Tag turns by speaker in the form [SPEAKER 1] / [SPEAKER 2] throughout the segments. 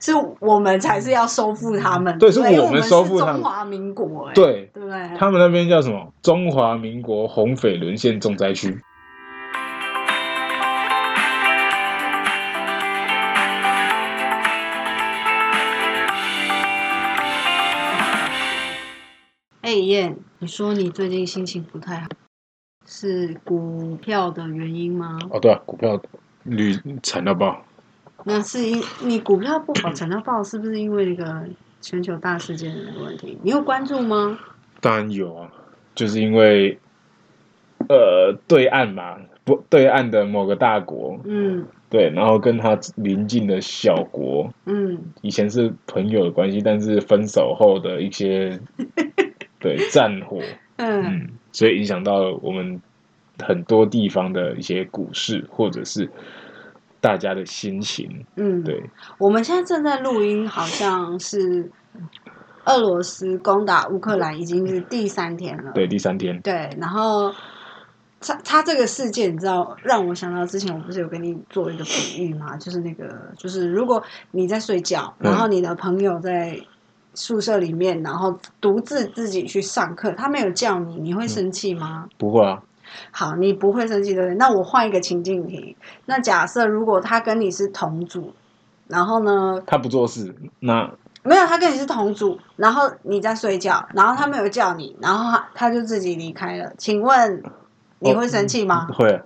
[SPEAKER 1] 是我们才是要收复他们，
[SPEAKER 2] 对是
[SPEAKER 1] 因为
[SPEAKER 2] 我
[SPEAKER 1] 我
[SPEAKER 2] 们
[SPEAKER 1] 是
[SPEAKER 2] 收复他们
[SPEAKER 1] 中华民国、哎，
[SPEAKER 2] 对
[SPEAKER 1] 对不对？
[SPEAKER 2] 他们那边叫什么？中华民国红匪沦陷重灾区。
[SPEAKER 1] 哎、燕，你说你最近心情不太好，是股票的原因吗？
[SPEAKER 2] 哦，对啊，股票屡惨到爆。
[SPEAKER 1] 那是因你股票不好，涨到爆，是不是因为那个全球大事件的问题？你有关注吗？
[SPEAKER 2] 当然有啊，就是因为呃，对岸嘛，不，对岸的某个大国，
[SPEAKER 1] 嗯
[SPEAKER 2] 对，然后跟他邻近的小国，
[SPEAKER 1] 嗯，
[SPEAKER 2] 以前是朋友的关系，但是分手后的一些对战火，
[SPEAKER 1] 嗯，
[SPEAKER 2] 嗯，所以影响到了我们很多地方的一些股市，或者是大家的心情。
[SPEAKER 1] 嗯，
[SPEAKER 2] 对，
[SPEAKER 1] 我们现在正在录音，好像是俄罗斯攻打乌克兰已经是第三天了。
[SPEAKER 2] 对，第三天，
[SPEAKER 1] 对，然后他他这个事件，你知道，让我想到之前我不是有跟你做一个比喻嘛，就是那个，就是如果你在睡觉，
[SPEAKER 2] 嗯
[SPEAKER 1] 然后你的朋友在宿舍里面，然后独自自己去上课，他没有叫你，你会生气吗？
[SPEAKER 2] 不会啊，
[SPEAKER 1] 好，你不会生气对不对？那我换一个情境题，那假设如果他跟你是同组，然后呢，
[SPEAKER 2] 他不做事，那
[SPEAKER 1] 没有，他跟你是同组，然后你在睡觉，然后他没有叫你，然后他他就自己离开了。请问你会生气吗？
[SPEAKER 2] 会啊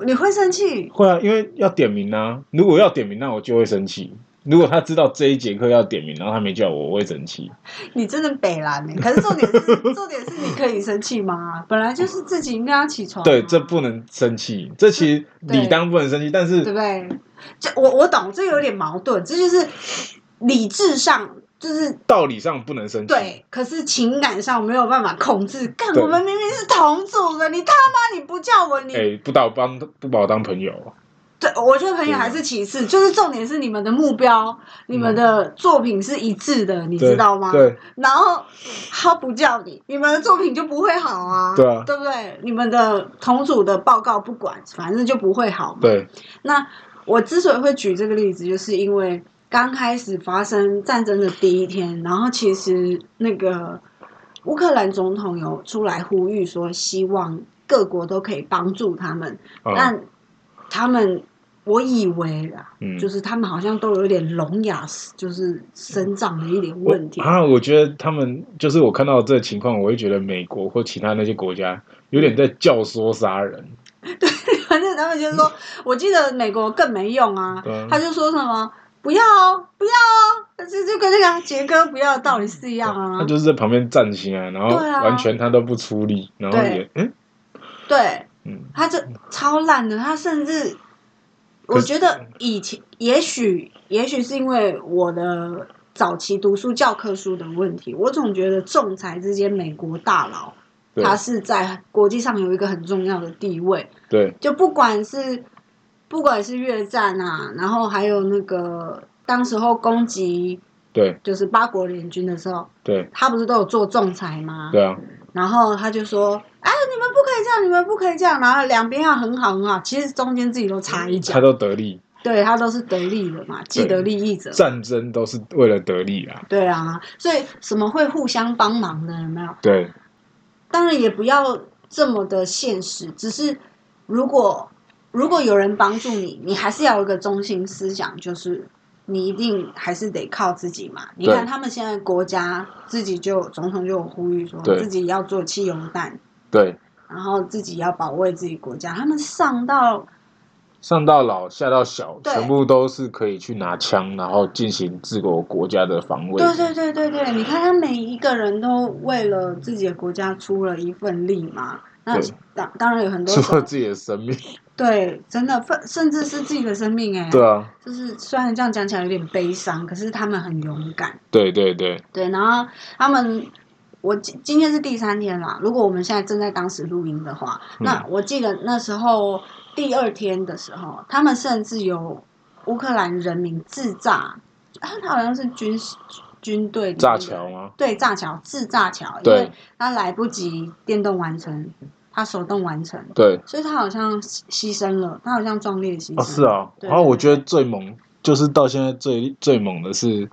[SPEAKER 1] 你会生气？
[SPEAKER 2] 会啊，因为要点名啊。如果要点名，那我就会生气。如果他知道这一节课要点名，然后他没叫我，我会生气。
[SPEAKER 1] 你真的北蓝呢、可是重点 是，重点是你可以生气吗？本来就是自己应该要起床、啊
[SPEAKER 2] 对，这不。能生气，这其实
[SPEAKER 1] 哦对
[SPEAKER 2] 理当不能生气，但
[SPEAKER 1] 对
[SPEAKER 2] 是
[SPEAKER 1] 不对？这我我懂，这有点矛盾，这就是理智上就是
[SPEAKER 2] 道理上不能生气。
[SPEAKER 1] 对，可是情感上没有办法控制。干，
[SPEAKER 2] 对
[SPEAKER 1] 我们明明是同组的，你他妈你不叫我，你、
[SPEAKER 2] 哎，不把我当不把我当朋友，啊
[SPEAKER 1] 对，我觉得朋友还是其次，就是重点是你们的目标、你们的作品是一致的，你
[SPEAKER 2] 你
[SPEAKER 1] 知道吗？
[SPEAKER 2] 嗯
[SPEAKER 1] 啊
[SPEAKER 2] 对，
[SPEAKER 1] 然后他不叫你，你们的作品就不会好啊，
[SPEAKER 2] 对啊
[SPEAKER 1] 不对？你们的同组的报告不管，反正就不会好嘛。
[SPEAKER 2] 对，
[SPEAKER 1] 那我之所以会举这个例子，就是因为刚开始发生战争的第一天，然后其实那个乌克兰总统有出来呼吁说，希望各国都可以帮助他们，
[SPEAKER 2] 啊，
[SPEAKER 1] 但他们。我以为啦，
[SPEAKER 2] 嗯
[SPEAKER 1] 就是他们好像都有点聋哑，就是生长的一点
[SPEAKER 2] 我
[SPEAKER 1] 问 题。
[SPEAKER 2] 啊，我觉得他们就是我看到这个情况，我会觉得美国或其他那些国家有点在教唆杀人。
[SPEAKER 1] 反正他们就
[SPEAKER 2] 嗯
[SPEAKER 1] 说，我记得美国更没用啊
[SPEAKER 2] 对啊，
[SPEAKER 1] 他就说什么不要哦，不要哦，这就跟那个杰哥不要的道理是一样啊
[SPEAKER 2] 他。嗯就是在旁边站起来，然后
[SPEAKER 1] 对啊
[SPEAKER 2] 完全他都不出力，然后
[SPEAKER 1] 对
[SPEAKER 2] 也嗯
[SPEAKER 1] 对
[SPEAKER 2] 嗯，
[SPEAKER 1] 他这超烂的，他甚至我
[SPEAKER 2] 可是嗯
[SPEAKER 1] 觉得以前也许也许是因为我的早期读书教科书的问题，我总觉得仲裁这些美国大佬，
[SPEAKER 2] 对
[SPEAKER 1] 他是在国际上有一个很重要的地位。
[SPEAKER 2] 对
[SPEAKER 1] 就不管是不管是越战啊，然后还有那个当时候攻击
[SPEAKER 2] 对
[SPEAKER 1] 就是八国联军的时候，
[SPEAKER 2] 对
[SPEAKER 1] 他不是都有做仲裁吗？
[SPEAKER 2] 对啊，
[SPEAKER 1] 然后他就说：“哎，你们不可以这样，你们不可以这样。”然后两边要很好很好，其实中间自己都插一脚
[SPEAKER 2] 他，都得利，
[SPEAKER 1] 对他都是得利的嘛，既得利益者。
[SPEAKER 2] 战争都是为了得利啊。
[SPEAKER 1] 对啊，所以什么会互相帮忙的有没有？
[SPEAKER 2] 对，
[SPEAKER 1] 当然也不要这么的现实，只是如果如果有人帮助你，你还是要有一个中心思想，就是你一定还是得靠自己嘛。你看他们现在国家自己就总统就有呼吁说，
[SPEAKER 2] 对
[SPEAKER 1] 自己要做汽油弹，
[SPEAKER 2] 对，
[SPEAKER 1] 然后自己要保卫自己国家。他们上到
[SPEAKER 2] 上到老下到小，
[SPEAKER 1] 对
[SPEAKER 2] 全部都是可以去拿枪，然后进行自我国家的防卫。
[SPEAKER 1] 对对对对对，你看他每一个人都为了自己的国家出了一份力嘛。那
[SPEAKER 2] 对
[SPEAKER 1] 当当然有 很多
[SPEAKER 2] 除了
[SPEAKER 1] 种，
[SPEAKER 2] 自己的生命。
[SPEAKER 1] 对，真的，甚甚至是自己的生命哎、
[SPEAKER 2] 对啊，
[SPEAKER 1] 就是虽然这样讲起来有点悲伤，可是他们很勇敢。
[SPEAKER 2] 对对对
[SPEAKER 1] 对，然后他们，我今今天是第三天啦。如果我们现在正在当时录音的话，
[SPEAKER 2] 嗯
[SPEAKER 1] 那我记得那时候第二天的时候，他们甚至有乌克兰人民自炸，啊，他好像是军事军队里面的
[SPEAKER 2] 炸桥吗？
[SPEAKER 1] 对，炸桥自炸桥，因
[SPEAKER 2] 对
[SPEAKER 1] 为他来不及电动完成，他手动完成，
[SPEAKER 2] 对。
[SPEAKER 1] 所以他好像牺牺牲了，他好像壮烈牺牲。
[SPEAKER 2] 哦，是啊，
[SPEAKER 1] 对
[SPEAKER 2] 然后
[SPEAKER 1] 对
[SPEAKER 2] 我
[SPEAKER 1] 对
[SPEAKER 2] 觉得最猛就是到现在最最猛的是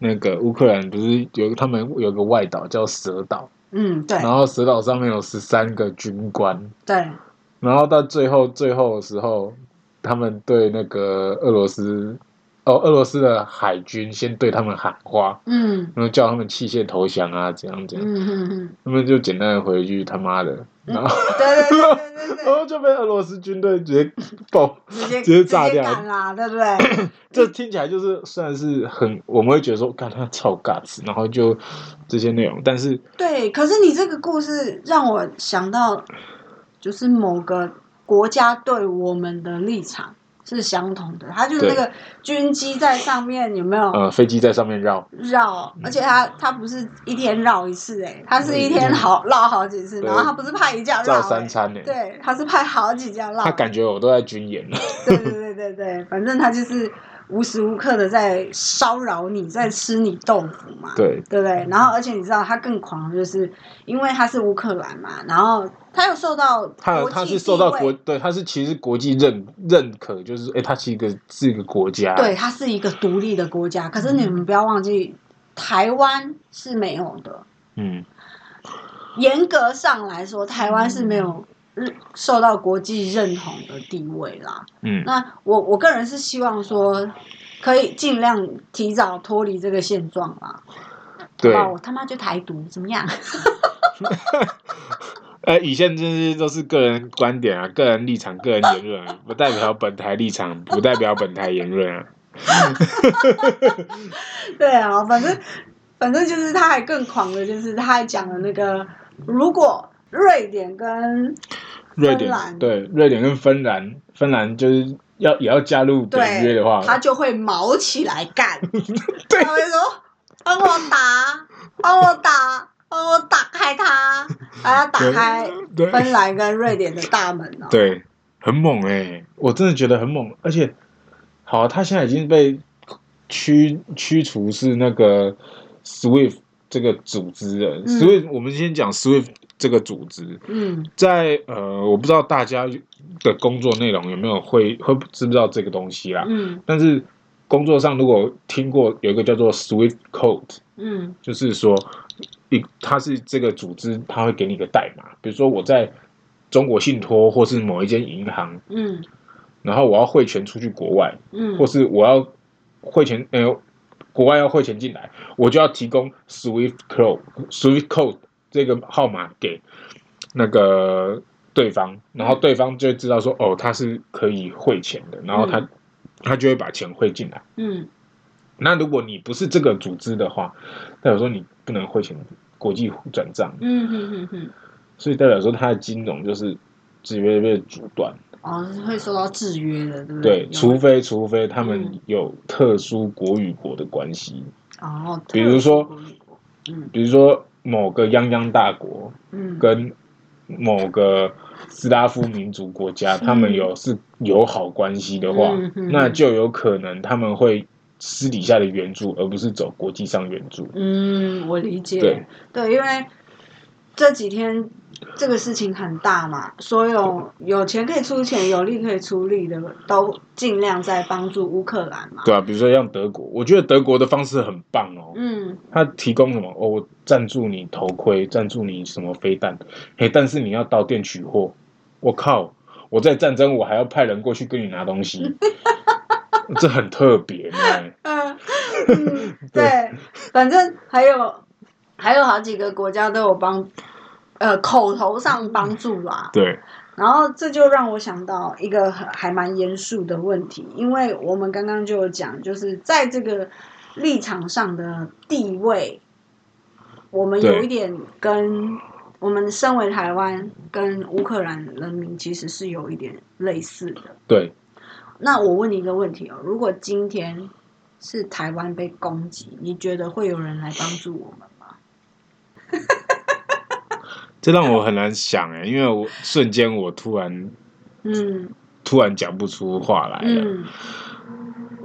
[SPEAKER 2] 那个乌克兰，不是有他们有个外岛叫蛇岛，
[SPEAKER 1] 嗯，对
[SPEAKER 2] 然后蛇岛上面有十三个军官，
[SPEAKER 1] 对，
[SPEAKER 2] 然后到最后最后的时候，他们对那个俄罗斯，哦，俄罗斯的海军先对他们喊话，
[SPEAKER 1] 嗯
[SPEAKER 2] 然后叫他们弃械投降啊，怎样怎样，
[SPEAKER 1] 嗯嗯嗯，
[SPEAKER 2] 他们就简单的回一句他妈的，然后、
[SPEAKER 1] 对对对对对
[SPEAKER 2] 然
[SPEAKER 1] 对，
[SPEAKER 2] 后就被俄罗斯军队直接爆。
[SPEAKER 1] 直接
[SPEAKER 2] 直接炸掉
[SPEAKER 1] 干啦，对不对？
[SPEAKER 2] 这听起来就是虽然是很，我们会觉得说，干他超尬词，然后就这些内容，但是
[SPEAKER 1] 对，可是你这个故事让我想到，就是某个国家对我们的立场是相同的，它就是那
[SPEAKER 2] 对
[SPEAKER 1] 个军机在上面有没有？
[SPEAKER 2] 呃，飞机在上面绕，
[SPEAKER 1] 绕，而且它它不是一天绕一次哎、它是一天
[SPEAKER 2] 嗯
[SPEAKER 1] 好绕好几次，
[SPEAKER 2] 对
[SPEAKER 1] 然后它不是派一架绕、
[SPEAKER 2] 照
[SPEAKER 1] 欸，
[SPEAKER 2] 三餐呢、
[SPEAKER 1] 对，它是派好几架绕
[SPEAKER 2] 他，感觉我都在军演 了，
[SPEAKER 1] 对对对对对，反正它就是无时无刻的在骚扰你，在吃你豆腐嘛，
[SPEAKER 2] 对，
[SPEAKER 1] 对不对？然后而且你知道它更狂，就是因为它是乌克兰嘛，然后它又受到
[SPEAKER 2] 他
[SPEAKER 1] 国际
[SPEAKER 2] 他是受到
[SPEAKER 1] 地位
[SPEAKER 2] 国，对，他是其实国际认认可，就是哎，他是一个是一个国家，
[SPEAKER 1] 对，它是一个独立的国家，可是你们不要忘记，台湾是没有的，
[SPEAKER 2] 嗯，
[SPEAKER 1] 严格上来说，台湾是没有日受到国际认同的地位啦。
[SPEAKER 2] 嗯
[SPEAKER 1] 那我我个人是希望说，可以尽量提早脱离这个现状啦。
[SPEAKER 2] 对，
[SPEAKER 1] 好不好我他妈就台独怎么样？
[SPEAKER 2] 呃，以上这些都是个人观点啊，个人立场、个人言论、啊，不代表本台立场，不代表本台言论 啊。
[SPEAKER 1] 对啊，反正反正就是他还更狂的，就是他还讲了那个，如果瑞典跟
[SPEAKER 2] 瑞
[SPEAKER 1] 芬
[SPEAKER 2] 典
[SPEAKER 1] 兰
[SPEAKER 2] 对瑞典跟芬兰，芬兰就是要也要加入北约
[SPEAKER 1] 对
[SPEAKER 2] 的话，
[SPEAKER 1] 他就会毛起来 干，他会说帮我打，帮我打，帮我打开它，还要打开。
[SPEAKER 2] 对
[SPEAKER 1] 芬兰跟瑞典的大门哦。
[SPEAKER 2] 对，很猛哎、我真的觉得很猛，而且好、他现在已经被驱驱除是那个 SWIFT 这个组织了。
[SPEAKER 1] 嗯
[SPEAKER 2] SWIFT 我们先讲 SWIFT 这个组织，
[SPEAKER 1] 嗯，
[SPEAKER 2] 在呃，我不知道大家的工作内容有没有会会知不知道这个东西啦，
[SPEAKER 1] 嗯
[SPEAKER 2] 但是工作上如果听过有一个叫做 SWIFT Code。
[SPEAKER 1] 嗯
[SPEAKER 2] 就是说，一它是这个组织，它会给你一个代码。比如说我在中国信托或是某一间银行，
[SPEAKER 1] 嗯
[SPEAKER 2] 然后我要汇钱出去国外，
[SPEAKER 1] 嗯，
[SPEAKER 2] 或是我要汇钱，呃，国外要汇钱进来，我就要提供 SWIFT code SWIFT code 这个号码给那个对方，然后对方就会知道说，哦，他是可以汇钱的，然后他、
[SPEAKER 1] 嗯
[SPEAKER 2] 他就会把钱汇进来。
[SPEAKER 1] 嗯
[SPEAKER 2] 那如果你不是这个组织的话，代表说你不能汇钱国际转账，
[SPEAKER 1] 嗯嗯嗯嗯，
[SPEAKER 2] 所以代表说它的金融就是直接被阻断。
[SPEAKER 1] 哦，是会受到制约的，对不
[SPEAKER 2] 对，
[SPEAKER 1] 对，
[SPEAKER 2] 除非除非他
[SPEAKER 1] 嗯
[SPEAKER 2] 们有特殊国与国的关系，
[SPEAKER 1] 哦，
[SPEAKER 2] 比如说
[SPEAKER 1] 特殊国，嗯
[SPEAKER 2] 比如说某个泱泱大国
[SPEAKER 1] 嗯，
[SPEAKER 2] 跟某个斯拉夫民族国家，
[SPEAKER 1] 嗯
[SPEAKER 2] 他们有是友好关系的话
[SPEAKER 1] 嗯，嗯
[SPEAKER 2] 那就有可能他们会私底下的援助，而不是走国际上援助。
[SPEAKER 1] 嗯，我理解，
[SPEAKER 2] 对
[SPEAKER 1] 对，因为这几天这个事情很大嘛，所有有钱可以出钱，有力可以出力的，都尽量在帮助乌克兰嘛。
[SPEAKER 2] 对啊，比如说像德国，我觉得德国的方式很棒哦。
[SPEAKER 1] 嗯
[SPEAKER 2] 他提供什么？哦，我赞助你头盔，赞助你什么飞弹，嘿，但是你要到店取货。我靠！我在战争，我还要派人过去跟你拿东西， 这很特别呢。
[SPEAKER 1] 嗯，嗯对，反正还有还有好几个国家都有帮，呃，口头上帮助啦。
[SPEAKER 2] 对，
[SPEAKER 1] 然后这就让我想到一个很还蛮严肃的问题，因为我们刚刚就有讲，就是在这个立场上的地位，我们有
[SPEAKER 2] 对
[SPEAKER 1] 一点跟我们身为台湾跟乌克兰人民其实是有一点类似的。
[SPEAKER 2] 对，
[SPEAKER 1] 那我问你一个问题哦，如果今天是台湾被攻击，你觉得会有人来帮助我们吗？
[SPEAKER 2] 这让我很难想哎，因为我瞬间我突然
[SPEAKER 1] 嗯
[SPEAKER 2] 突然讲不出话来了。
[SPEAKER 1] 嗯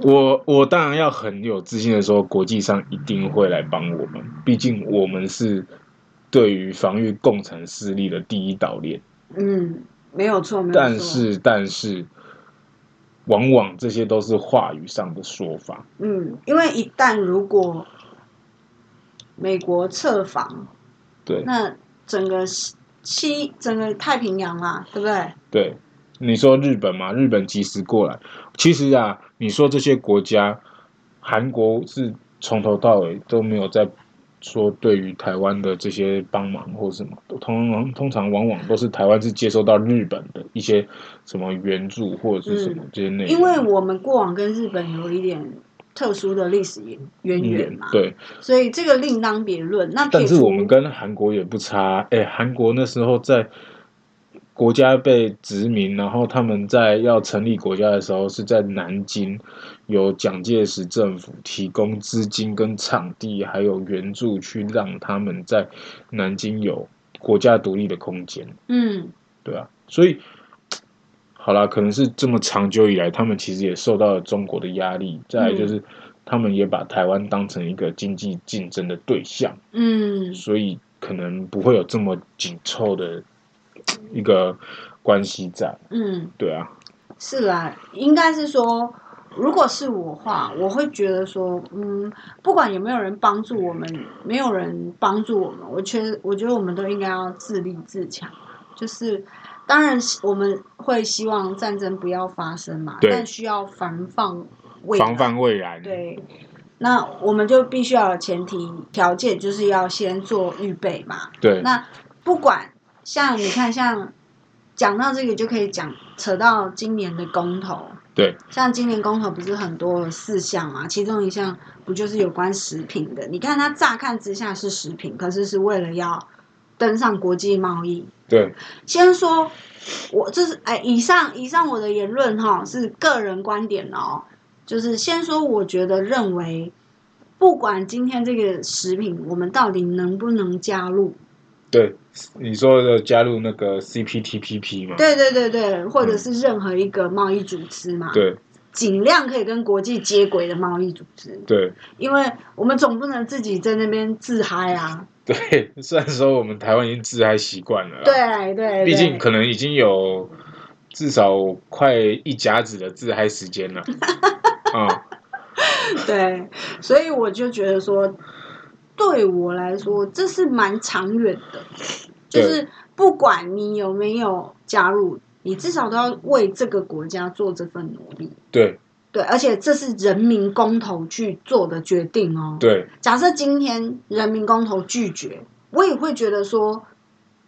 [SPEAKER 2] 我我当然要很有自信的说，国际上一定会来帮我们，毕竟我们是对于防御共产势力的第一岛链。
[SPEAKER 1] 嗯，没有错，没有错。
[SPEAKER 2] 但是，但是，往往这些都是话语上的说法。
[SPEAKER 1] 嗯，因为一旦如果美国撤防，
[SPEAKER 2] 对
[SPEAKER 1] 那整个西西整个太平洋啦，对不对？
[SPEAKER 2] 对，你说日本嘛，日本及时过来。其实啊，你说这些国家，韩国是从头到尾都没有在说对于台湾的这些帮忙或什么，通常通常往往都是台湾是接收到日本的一些什么援助或者是什么这些内
[SPEAKER 1] 嗯
[SPEAKER 2] 容。
[SPEAKER 1] 因为我们过往跟日本有一点特殊的历史渊源嘛，
[SPEAKER 2] 嗯对，
[SPEAKER 1] 所以这个另当别论。那
[SPEAKER 2] 但
[SPEAKER 1] 撇
[SPEAKER 2] 是
[SPEAKER 1] 除
[SPEAKER 2] 我们跟韩国也不差，哎，韩国那时候在国家被殖民，然后他们在要成立国家的时候是在南京，由蒋介石政府提供资金跟场地，还有援助，去让他们在南京有国家独立的空间，
[SPEAKER 1] 嗯
[SPEAKER 2] 对啊，所以。好啦，可能是这么长久以来，他们其实也受到了中国的压力。再来就是，他们也把台湾当成一个经济竞争的对象。
[SPEAKER 1] 嗯
[SPEAKER 2] 所以可能不会有这么紧凑的一个关系在。
[SPEAKER 1] 嗯，
[SPEAKER 2] 对啊，
[SPEAKER 1] 是啦，应该是说，如果是我话，我会觉得说，嗯，不管有没有人帮助我们，没有人帮助我们，我觉得我觉得我们都应该要自立自强。啊就是，当然我们会希望战争不要发生嘛，
[SPEAKER 2] 对
[SPEAKER 1] 但需要防范未来
[SPEAKER 2] 防范未然。，
[SPEAKER 1] 对，那我们就必须要有前提条件，就是要先做预备嘛。
[SPEAKER 2] 对
[SPEAKER 1] 那不管像你看，像讲到这个就可以讲扯到今年的公投。
[SPEAKER 2] 对，
[SPEAKER 1] 像今年公投不是很多四项嘛，其中一项不就是有关食品的？你看它乍看之下是食品，可是是为了要登上国际贸易。
[SPEAKER 2] 对
[SPEAKER 1] 先说，我这是哎，以上以上我的言论哈是个人观点哦，就是先说，我觉得认为，不管今天这个食品我们到底能不能加入，
[SPEAKER 2] 对，你说的加入那个 CPTPP 嘛？
[SPEAKER 1] 对对对对，或者是任何一个贸易组织嘛，
[SPEAKER 2] 嗯对
[SPEAKER 1] 尽量可以跟国际接轨的贸易组织，
[SPEAKER 2] 对
[SPEAKER 1] 因为我们总不能自己在那边自嗨啊，
[SPEAKER 2] 对， 虽然说我们台湾已经自嗨习惯了，，
[SPEAKER 1] 对对对，
[SPEAKER 2] 啊毕竟可能已经有至少快一甲子的自嗨时间 了。啊、
[SPEAKER 1] 对，所以我就觉得说，对我来说这是蛮长远的，就
[SPEAKER 2] 对
[SPEAKER 1] 是不管你有没有加入，你至少都要为这个国家做这份努力。
[SPEAKER 2] 对
[SPEAKER 1] 对，而且这是人民公投去做的决定哦。
[SPEAKER 2] 对
[SPEAKER 1] 假设今天人民公投拒绝，我也会觉得说，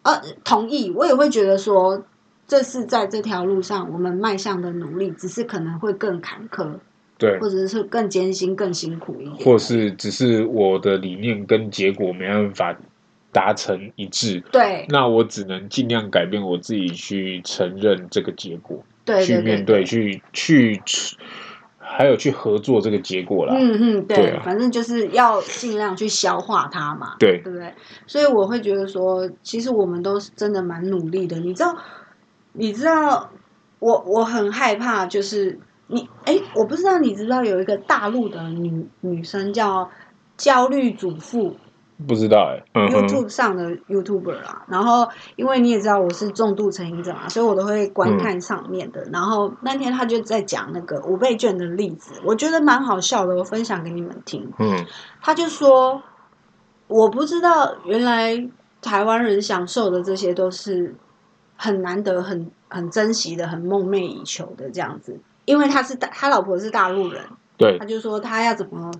[SPEAKER 1] 呃，同意，我也会觉得说，这是在这条路上我们迈向的努力，只是可能会更坎坷。
[SPEAKER 2] 对，
[SPEAKER 1] 或者是更艰辛、更辛苦一点，
[SPEAKER 2] 或是只是我的理念跟结果没办法达成一致，
[SPEAKER 1] 对
[SPEAKER 2] 那我只能尽量改变我自己，去承认这个结果，
[SPEAKER 1] 对
[SPEAKER 2] 去
[SPEAKER 1] 对
[SPEAKER 2] 面
[SPEAKER 1] 对，
[SPEAKER 2] 对，去去，还有去合作这个结果啦。
[SPEAKER 1] 嗯嗯，对，
[SPEAKER 2] 对啊
[SPEAKER 1] 反正就是要尽量去消化它嘛，
[SPEAKER 2] 对
[SPEAKER 1] 对不对？所以我会觉得说，其实我们都是真的蛮努力的。你知道，你知道，我我很害怕，就是你，哎，我不知道你知道有一个大陆的女女生叫焦虑主妇，
[SPEAKER 2] 不知道哎、嗯哼，
[SPEAKER 1] YouTube 上的 YouTuber 啦，然后因为你也知道我是重度成瘾者嘛，所以我都会观
[SPEAKER 2] 嗯
[SPEAKER 1] 看上面的。然后那天他就在讲那个五倍券的例子，我觉得蛮好笑的，我分享给你们听。
[SPEAKER 2] 嗯，
[SPEAKER 1] 他就说，我不知道原来台湾人享受的这些都是很难得、很很珍惜的、很梦寐以求的这样子，因为他是大，他老婆是大陆人，
[SPEAKER 2] 对
[SPEAKER 1] 他，就说他要怎么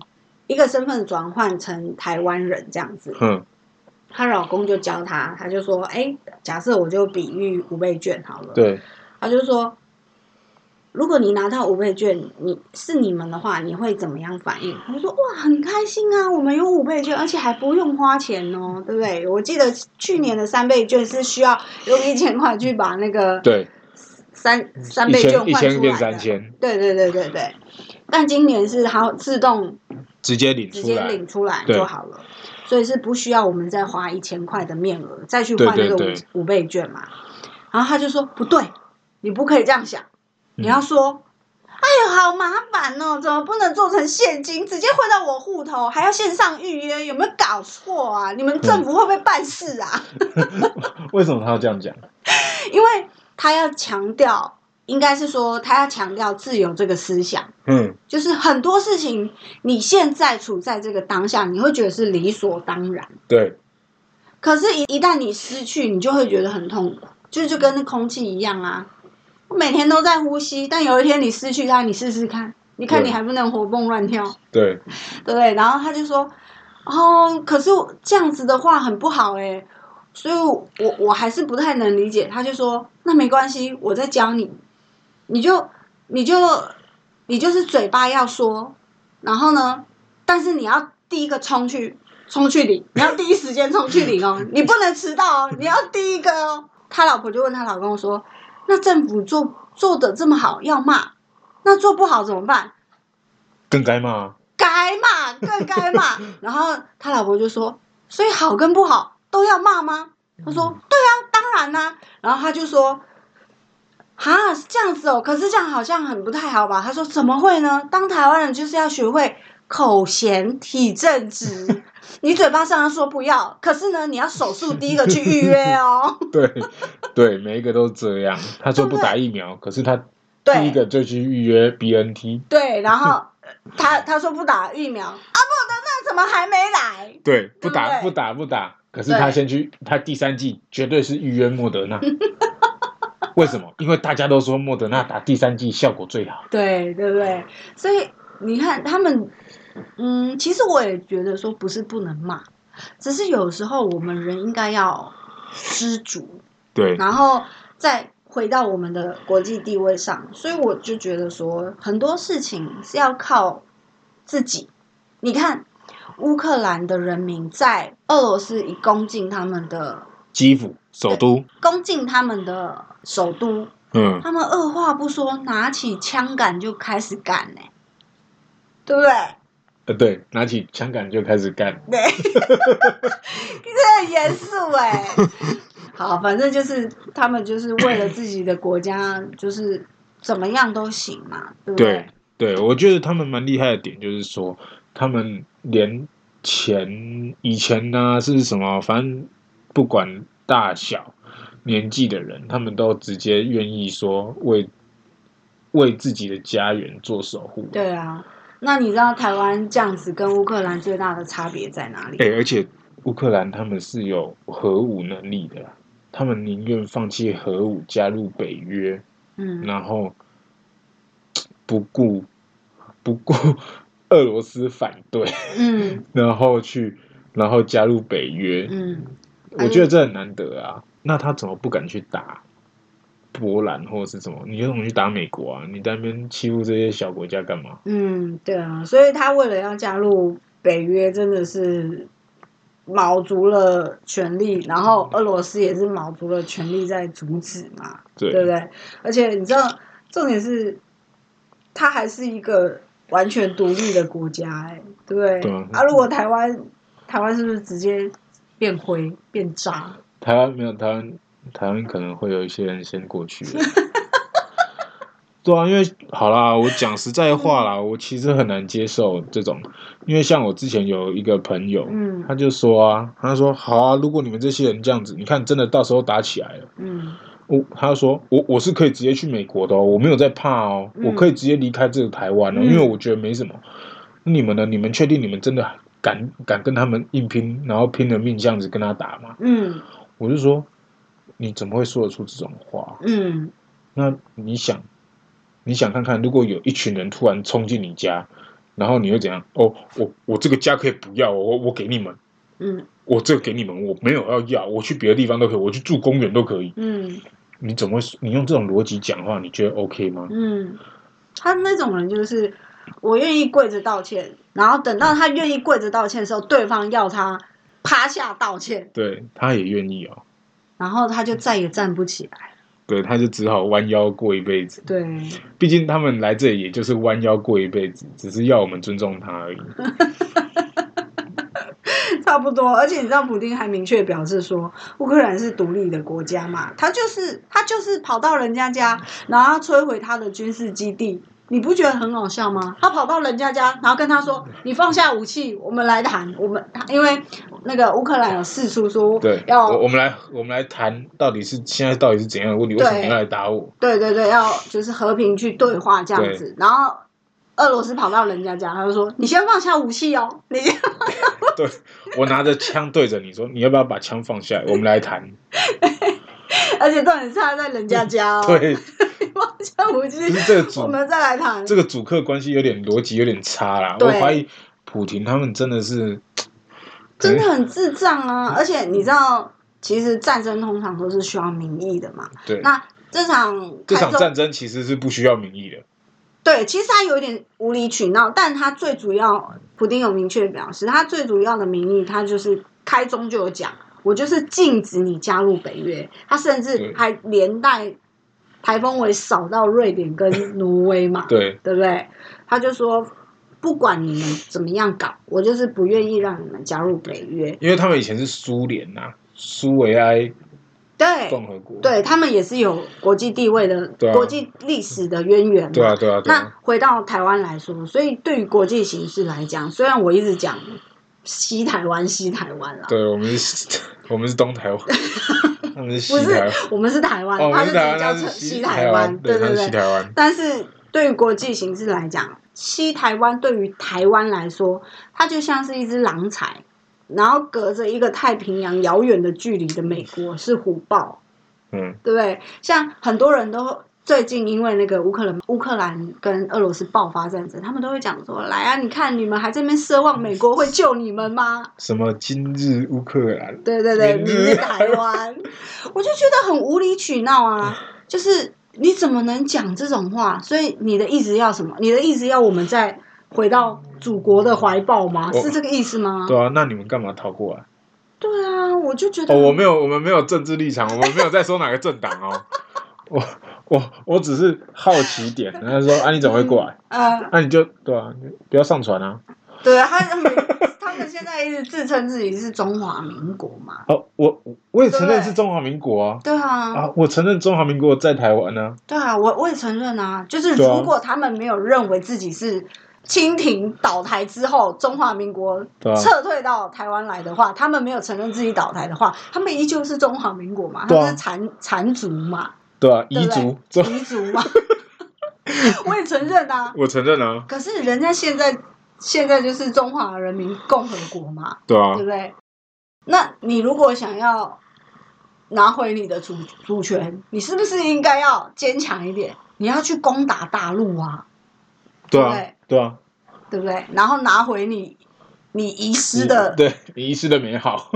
[SPEAKER 1] 一个身份转换成台湾人这样子。
[SPEAKER 2] 嗯
[SPEAKER 1] 她老公就教她，她就说：“哎、假设我就比喻五倍券好了。”，
[SPEAKER 2] 对
[SPEAKER 1] 她就说：“如果你拿到五倍券，你是你们的话，你会怎么样反应？”她就说：“哇，很开心啊，我们有五倍券，而且还不用花钱哦，对不对？我记得去年的三倍券是需要用一千块去把那个
[SPEAKER 2] 对，
[SPEAKER 1] 三三
[SPEAKER 2] 一
[SPEAKER 1] 倍券
[SPEAKER 2] 千
[SPEAKER 1] 换
[SPEAKER 2] 一
[SPEAKER 1] 出来
[SPEAKER 2] 千
[SPEAKER 1] 的，
[SPEAKER 2] 变三千，
[SPEAKER 1] 对对对对对。但今年是它自动
[SPEAKER 2] 直接领
[SPEAKER 1] 直
[SPEAKER 2] 出
[SPEAKER 1] 接
[SPEAKER 2] 来
[SPEAKER 1] 领。出来
[SPEAKER 2] 对
[SPEAKER 1] 就好了，所以是不需要我们再花一千块的面额再去换那
[SPEAKER 2] 对对
[SPEAKER 1] 个
[SPEAKER 2] 对
[SPEAKER 1] 五五倍券嘛。然后他就说不对，你不可以这样想，你要说，哎呦好麻烦哦，怎么不能做成现金，直接汇到我户头，还要线上预约，有没有搞错啊？你们政府会不会办事啊？
[SPEAKER 2] 为什么他要这样讲？
[SPEAKER 1] 因为他要强调应该是说他要强调自由这个思想，
[SPEAKER 2] 嗯
[SPEAKER 1] 就是很多事情你现在处在这个当下，你会觉得是理所当然，
[SPEAKER 2] 对，
[SPEAKER 1] 可是一，一旦你失去，你就会觉得很痛苦，就就跟那空气一样啊。我每天都在呼吸，但有一天你失去它，你试试看，你看
[SPEAKER 2] 对
[SPEAKER 1] 你还不能活蹦乱跳，
[SPEAKER 2] 对，
[SPEAKER 1] 对不对？然后他就说，哦，可是我这样子的话很不好哎、所以我我还是不太能理解。他就说，那没关系，我在教你，你就你就你就是嘴巴要说，然后呢，但是你要第一个冲去冲去领，你要第一时间冲去领哦，你不能迟到哦，你要第一个哦。他老婆就问他老公说，那政府做做的这么好，要骂，那做不好怎么办？
[SPEAKER 2] 更该骂，啊
[SPEAKER 1] 该骂更该 骂。然后他老婆就说：“所以好跟不好都要骂吗？”他说：“
[SPEAKER 2] 嗯
[SPEAKER 1] 对啊，当然啦、然后他就说：“哈，是这样子哦，可是这样好像很不太好吧？”他说：“怎么会呢？当台湾人就是要学会口嫌体正 直。你嘴巴上说不要，可是呢，你要手术第一个去预约 哦。
[SPEAKER 2] 对对，每一个都这样。他说不
[SPEAKER 1] 对不对
[SPEAKER 2] 打疫苗，可是他
[SPEAKER 1] 对，
[SPEAKER 2] 第一个就去预约 BNT，
[SPEAKER 1] 对，然后呃他他说不打疫苗，阿布的那怎么还没来？
[SPEAKER 2] 对，
[SPEAKER 1] 对不
[SPEAKER 2] 不打
[SPEAKER 1] 对
[SPEAKER 2] 不打不打，可是
[SPEAKER 1] 对
[SPEAKER 2] 他先去，他第三季绝对是预约莫 德纳。为什么？因为大家都说莫德纳打第三季效果最好。
[SPEAKER 1] 对对不对？所以你看他们，嗯，其实我也觉得说不是不能骂，只是有时候我们人应该要知足，
[SPEAKER 2] 对
[SPEAKER 1] 然后再回到我们的国际地位上。所以我就觉得说，很多事情是要靠自己。你看，乌克兰的人民在俄罗斯已攻进他们的
[SPEAKER 2] 基辅首都，
[SPEAKER 1] 攻进他们的首都，
[SPEAKER 2] 嗯，
[SPEAKER 1] 他们二话不说，拿起枪杆就开始干呢、对不对？
[SPEAKER 2] 呃，对，拿起枪杆就开始干。
[SPEAKER 1] 对， 这很严肃哎、好，反正就是他们就是为了自己的国家，就是怎么样都行嘛，对不
[SPEAKER 2] 对对，我觉得他们蛮厉害的点就是说，他们连前以前呢、是什么，反正不管大小年纪的人，他们都直接愿意说为为自己的家园做守护。
[SPEAKER 1] 对啊。那你知道台湾这样子跟乌克兰最大的差别在哪里？
[SPEAKER 2] 哎、而且乌克兰他们是有核武能力的啦，他们宁愿放弃核武，加入北约，
[SPEAKER 1] 嗯，
[SPEAKER 2] 然后不顾不顾 俄罗斯反对，
[SPEAKER 1] 嗯
[SPEAKER 2] 然后去然后加入北约，
[SPEAKER 1] 嗯，
[SPEAKER 2] 我觉得这很难得啊。那他怎么不敢去打波兰或者是什么？你就怎么去打美国啊？你在那边欺负这些小国家干嘛？
[SPEAKER 1] 嗯，对啊，所以他为了要加入北约，真的是卯足了全力，然后俄罗斯也是卯足了全力在阻止嘛，
[SPEAKER 2] 对
[SPEAKER 1] 对不对？而且你知道，重点是，他还是一个完全独立的国家、哎，对不对？
[SPEAKER 2] 对啊
[SPEAKER 1] 啊，如果台湾，台湾是不是直接变灰变渣？
[SPEAKER 2] 台湾没有台湾，台湾可能会有一些人先过去了。 对啊，因为好啦，我讲实在话啦，
[SPEAKER 1] 嗯
[SPEAKER 2] 我其实很难接受这种，因为像我之前有一个朋友，
[SPEAKER 1] 嗯
[SPEAKER 2] 他就说啊，他说好啊，如果你们这些人这样子，你看真的到时候打起来了，
[SPEAKER 1] 嗯
[SPEAKER 2] 我他说我我是可以直接去美国的哦，我没有在怕哦，
[SPEAKER 1] 嗯
[SPEAKER 2] 我可以直接离开这个台湾哦，
[SPEAKER 1] 嗯
[SPEAKER 2] 因为我觉得没什么。你们呢？你们确定你们真的敢敢跟他们硬拼，然后拼了命这样子跟他打吗？
[SPEAKER 1] 嗯
[SPEAKER 2] 我就说，你怎么会说得出这种话？
[SPEAKER 1] 嗯，
[SPEAKER 2] 那你想，你想看看，如果有一群人突然冲进你家，然后你会怎样？哦，我我这个家可以不要哦，我我给你们，
[SPEAKER 1] 嗯
[SPEAKER 2] 我这个给你们，我没有要要，我去别的地方都可以，我去住公园都可以。
[SPEAKER 1] 嗯
[SPEAKER 2] 你怎么会？你用这种逻辑讲话，你觉得 OK 吗？
[SPEAKER 1] 嗯，他那种人就是我愿意跪着道歉，然后等到他愿意跪着道歉的时候，对方要他趴下道歉，
[SPEAKER 2] 对，他也愿意哦，
[SPEAKER 1] 然后他就再也站不起来。
[SPEAKER 2] 对，他就只好弯腰过一辈子。
[SPEAKER 1] 对，
[SPEAKER 2] 毕竟他们来这里也就是弯腰过一辈子，只是要我们尊重他而已。
[SPEAKER 1] 差不多。而且你知道，普丁还明确表示说，乌克兰是独立的国家嘛，他就是他就是跑到人家家，然后摧毁他的军事基地，你不觉得很好笑吗？他跑到人家家，然后跟他说：“你放下武器，我们来谈。我们因为那个乌克兰有四处说
[SPEAKER 2] 对，
[SPEAKER 1] 要
[SPEAKER 2] 我我们来我们来谈，到底是现在到底是怎样的问题？为
[SPEAKER 1] 对
[SPEAKER 2] 什么你要来打我？
[SPEAKER 1] 对对对，要就是和平去对话这样子。然后俄罗斯跑到人家家，他就说：“你先放下武器哦，你先
[SPEAKER 2] 对我拿着枪对着你说，你要不要把枪放下来？我们来谈。
[SPEAKER 1] 而且重点是他在人家 家哦，
[SPEAKER 2] 对，
[SPEAKER 1] 放下武器
[SPEAKER 2] 就是，这个
[SPEAKER 1] 我
[SPEAKER 2] 主
[SPEAKER 1] 们再来谈。
[SPEAKER 2] 这个主客关系有点逻辑有点差啦。
[SPEAKER 1] 对
[SPEAKER 2] 我怀疑普廷他们真的是，可
[SPEAKER 1] 真
[SPEAKER 2] 能
[SPEAKER 1] 的很智障啊！而且你知道，其实战争通常都是需要民意的嘛。
[SPEAKER 2] 对
[SPEAKER 1] 那这场
[SPEAKER 2] 这
[SPEAKER 1] 开
[SPEAKER 2] 场
[SPEAKER 1] 中
[SPEAKER 2] 战争其实是不需要民意的。
[SPEAKER 1] 对，其实他有点无理取闹，但他最主要，普丁有明确表示，他最主要的民意，他就是开宗就有讲，我就是禁止你加入北约，他甚至
[SPEAKER 2] 对
[SPEAKER 1] 还连带台风尾扫到瑞典跟挪威嘛，
[SPEAKER 2] 对
[SPEAKER 1] 对不对？他就说，不管你们怎么样搞，我就是不愿意让你们加入北约。
[SPEAKER 2] 因为他们以前是苏联呐，苏维埃
[SPEAKER 1] 对，
[SPEAKER 2] 共和国。
[SPEAKER 1] 对他们也是有国际地位的、
[SPEAKER 2] 对啊
[SPEAKER 1] 国际历史的渊源嘛。
[SPEAKER 2] 对啊，对啊，对
[SPEAKER 1] 那
[SPEAKER 2] 啊，
[SPEAKER 1] 回到台湾来说，所以对于国际形势来讲，虽然我一直讲西台湾、西台湾啦，
[SPEAKER 2] 对我们是，我们是东 台湾，他们是西
[SPEAKER 1] 不是
[SPEAKER 2] 台湾，
[SPEAKER 1] 我们是台湾，
[SPEAKER 2] 哦，我
[SPEAKER 1] 它
[SPEAKER 2] 们
[SPEAKER 1] 是
[SPEAKER 2] 是
[SPEAKER 1] 只
[SPEAKER 2] 台湾，
[SPEAKER 1] 叫
[SPEAKER 2] 他
[SPEAKER 1] 成
[SPEAKER 2] 是
[SPEAKER 1] 西
[SPEAKER 2] 台
[SPEAKER 1] 湾，对
[SPEAKER 2] 他
[SPEAKER 1] 对
[SPEAKER 2] 是西
[SPEAKER 1] 对。
[SPEAKER 2] 台湾，
[SPEAKER 1] 但是对于国际形势来讲，西台湾对于台湾来说，它就像是一只狼豺，然后隔着一个太平洋遥远的距离的美国是虎豹，
[SPEAKER 2] 嗯，
[SPEAKER 1] 对不对？像很多人都最近因为那个乌克兰、乌克兰跟俄罗斯爆发战争，他们都会讲说：“来啊，你看你们还在那边奢望美国会救你们吗
[SPEAKER 2] 什么今日乌克兰？”，
[SPEAKER 1] 对对对，
[SPEAKER 2] 明
[SPEAKER 1] 明
[SPEAKER 2] 日
[SPEAKER 1] 日台 湾，我就觉得很无理取闹啊！就是你怎么能讲这种话？所以你的意思要什么？你的意思要我们再回到祖国的怀抱吗？
[SPEAKER 2] 我
[SPEAKER 1] 是这个意思吗？
[SPEAKER 2] 对啊，那你们干嘛逃过来？
[SPEAKER 1] 对啊，我就觉得
[SPEAKER 2] 哦，我没有，我们没有政治立场，我们没有在说哪个政党哦。我我我只是好奇点，然后说啊，你怎么会过来？
[SPEAKER 1] 呃，
[SPEAKER 2] 那、你就对啊，你不要上船啊。
[SPEAKER 1] 对啊，他们 他们现在一直自称自己是中华民国嘛，
[SPEAKER 2] 哦，我我也承认
[SPEAKER 1] 对
[SPEAKER 2] 是中华民国啊
[SPEAKER 1] 对啊，
[SPEAKER 2] 啊，我承认中华民国在台湾啊。
[SPEAKER 1] 对啊，我我也承认啊，就是
[SPEAKER 2] 对啊
[SPEAKER 1] 如果他们没有认为自己是清廷倒台之后中华民国
[SPEAKER 2] 对啊
[SPEAKER 1] 撤退到台湾来的话，他们没有承认自己倒台的话，他们依旧是中华民国嘛，他
[SPEAKER 2] 对啊
[SPEAKER 1] 们是缠缠足嘛，
[SPEAKER 2] 对啊，
[SPEAKER 1] 对
[SPEAKER 2] 彝
[SPEAKER 1] 不对
[SPEAKER 2] 族， 中
[SPEAKER 1] 彝族嘛，我也承认啊。
[SPEAKER 2] 我承认啊，
[SPEAKER 1] 可是人家现在现在就是中华人民共和国嘛，
[SPEAKER 2] 对啊
[SPEAKER 1] 对，不对？那你如果想要拿回你的主主权，你是不是应该要坚强一点？你要去攻打大陆啊，
[SPEAKER 2] 对
[SPEAKER 1] 对不
[SPEAKER 2] 啊
[SPEAKER 1] 对，
[SPEAKER 2] 对啊，
[SPEAKER 1] 对不对？然后拿回你你遗失
[SPEAKER 2] 你
[SPEAKER 1] 的，
[SPEAKER 2] 对啊你遗失的美好，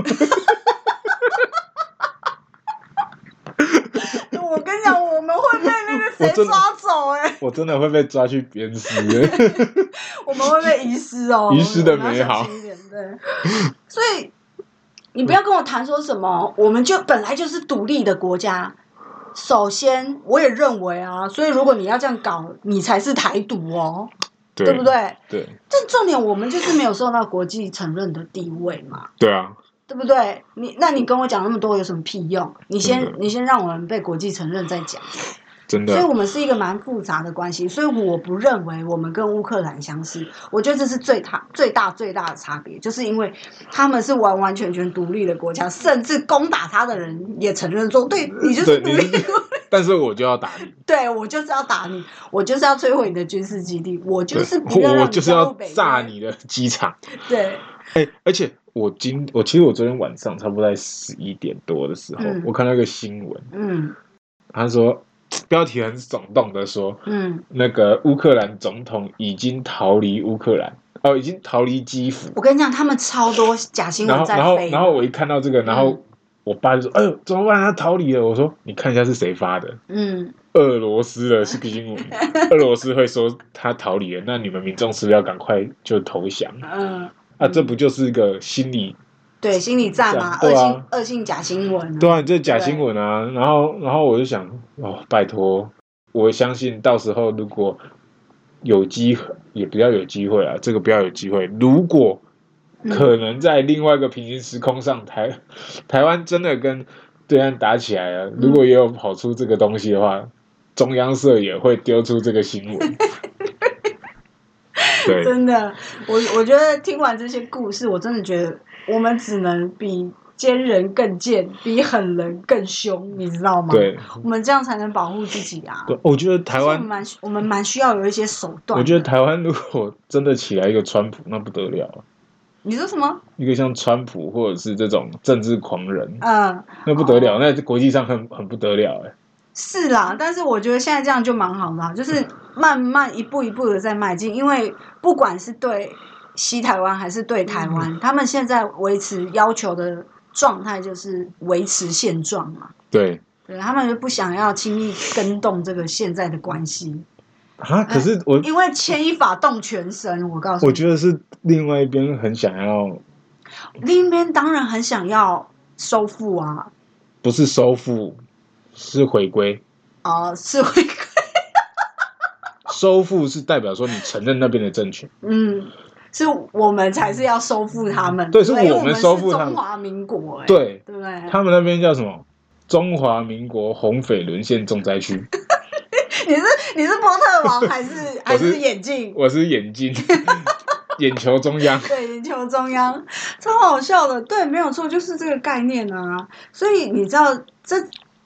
[SPEAKER 1] 我跟你讲，我们会被那个
[SPEAKER 2] 我真
[SPEAKER 1] 谁
[SPEAKER 2] 的
[SPEAKER 1] 抓走哎、
[SPEAKER 2] 我真的会被抓去鞭尸。
[SPEAKER 1] 我们会被遗失哦，
[SPEAKER 2] 遗失的
[SPEAKER 1] 我们要
[SPEAKER 2] 美好
[SPEAKER 1] 小心一点对，所以你不要跟我谈说什么，我们就本来就是独立的国家。首先，我也认为啊，所以如果你要这样搞，你才是台独哦，对不对？
[SPEAKER 2] 对
[SPEAKER 1] 但重点，我们就是没有受到国际承认的地位嘛，
[SPEAKER 2] 对啊，
[SPEAKER 1] 对不对？你那你跟我讲那么多有什么屁用？你
[SPEAKER 2] 真
[SPEAKER 1] 先
[SPEAKER 2] 的
[SPEAKER 1] 你先让我们被国际承认再讲。
[SPEAKER 2] 真
[SPEAKER 1] 所以
[SPEAKER 2] 的
[SPEAKER 1] 我们是一个蛮复杂的关系，所以我不认为我们跟乌克兰相似，我觉得这是最大、最大、最大的差别，就是因为他们是完完全全独立的国家，甚至攻打他的人也承认说，对你就是
[SPEAKER 2] 对
[SPEAKER 1] 独
[SPEAKER 2] 你
[SPEAKER 1] 立，
[SPEAKER 2] 是， 但是我就要打你，
[SPEAKER 1] 对我就是要打你，我就是要摧毁你的军事基地，我 就
[SPEAKER 2] 对
[SPEAKER 1] 是不要
[SPEAKER 2] 我
[SPEAKER 1] 让
[SPEAKER 2] 我
[SPEAKER 1] 你
[SPEAKER 2] 就是
[SPEAKER 1] 加入
[SPEAKER 2] 要
[SPEAKER 1] 北约
[SPEAKER 2] 炸，你的机场。
[SPEAKER 1] 对，
[SPEAKER 2] 而且我今我其实我昨天晚上差不多在十一点多的时候，
[SPEAKER 1] 嗯
[SPEAKER 2] 我看到一个新闻，
[SPEAKER 1] 嗯
[SPEAKER 2] 他说标题很耸动的说，
[SPEAKER 1] 嗯，
[SPEAKER 2] 那个乌克兰总统已经逃离乌克兰，哦，已经逃离基辅。
[SPEAKER 1] 我跟你讲，他们超多假新
[SPEAKER 2] 然
[SPEAKER 1] 闻
[SPEAKER 2] 后
[SPEAKER 1] 在
[SPEAKER 2] 然后
[SPEAKER 1] 飞，嗯
[SPEAKER 2] 然后我一看到这个，然后我爸就说：“哎呦，怎么办？他逃离了。”我说：“你看一下是谁发的。”
[SPEAKER 1] 嗯，
[SPEAKER 2] 俄罗斯的是新 闻，俄罗斯会说他逃离了，那你们民众是不是要赶快就投降？
[SPEAKER 1] 嗯、
[SPEAKER 2] 啊，这不就是一个心理
[SPEAKER 1] 对，心理战嘛，
[SPEAKER 2] 对
[SPEAKER 1] 恶
[SPEAKER 2] 啊
[SPEAKER 1] 性恶性假新闻、啊，
[SPEAKER 2] 对啊，你这假新闻啊！然后，然后我就想，哦，拜托，我相信到时候如果有机会，也不要有机会啊，这个不要有机会。如果
[SPEAKER 1] 嗯
[SPEAKER 2] 可能在另外一个平行时空上，台台湾真的跟对岸打起来了，
[SPEAKER 1] 嗯
[SPEAKER 2] 如果也有跑出这个东西的话，中央社也会丢出这个新闻，对，
[SPEAKER 1] 真的，我我觉得听完这些故事，我真的觉得我们只能比奸人更贱，比狠人更凶，你知道吗？，
[SPEAKER 2] 对
[SPEAKER 1] 我们这样才能保护自己啊。
[SPEAKER 2] 对，我觉得台
[SPEAKER 1] 所以我们
[SPEAKER 2] 湾，
[SPEAKER 1] 蛮我们蛮需要有一些手段的。
[SPEAKER 2] 我觉得台湾如果真的起来一个川普，那不得了啊，
[SPEAKER 1] 你说什么？
[SPEAKER 2] 一个像川普或者是这种政治狂人，
[SPEAKER 1] 嗯，
[SPEAKER 2] 那不得了，那国际上很很不得了哎、
[SPEAKER 1] 是啦，但是我觉得现在这样就蛮好的啊，就是慢慢一步一步的在迈进，因为不管是对西台湾还是对台湾，
[SPEAKER 2] 嗯
[SPEAKER 1] 他们现在维持要求的状态就是维持现状嘛。
[SPEAKER 2] 对
[SPEAKER 1] 对他们就不想要轻易跟动这个现在的关系，
[SPEAKER 2] 啊，可是我
[SPEAKER 1] 哎因为牵一发动全身。我告诉
[SPEAKER 2] 我
[SPEAKER 1] 你，
[SPEAKER 2] 觉得是另外一边很想要，
[SPEAKER 1] 另一边当然很想要收复啊，
[SPEAKER 2] 不是收复，是回归。
[SPEAKER 1] 啊、是会，
[SPEAKER 2] 收复是代表说你承认那边的政权，
[SPEAKER 1] 嗯，是我们才是要收复他们，
[SPEAKER 2] 对是
[SPEAKER 1] 因为
[SPEAKER 2] 我
[SPEAKER 1] 我
[SPEAKER 2] 们
[SPEAKER 1] 是
[SPEAKER 2] 收复他们
[SPEAKER 1] 中华民国、哎，
[SPEAKER 2] 对
[SPEAKER 1] 对不对？
[SPEAKER 2] 他们那边叫什么？中华民国红匪沦陷重灾区。
[SPEAKER 1] 你是你是波特王还是还是眼镜？
[SPEAKER 2] 我是眼 睛，眼球中央。
[SPEAKER 1] 对，眼球中央，超好笑的。对，没有错，就是这个概念啊。所以你知道，这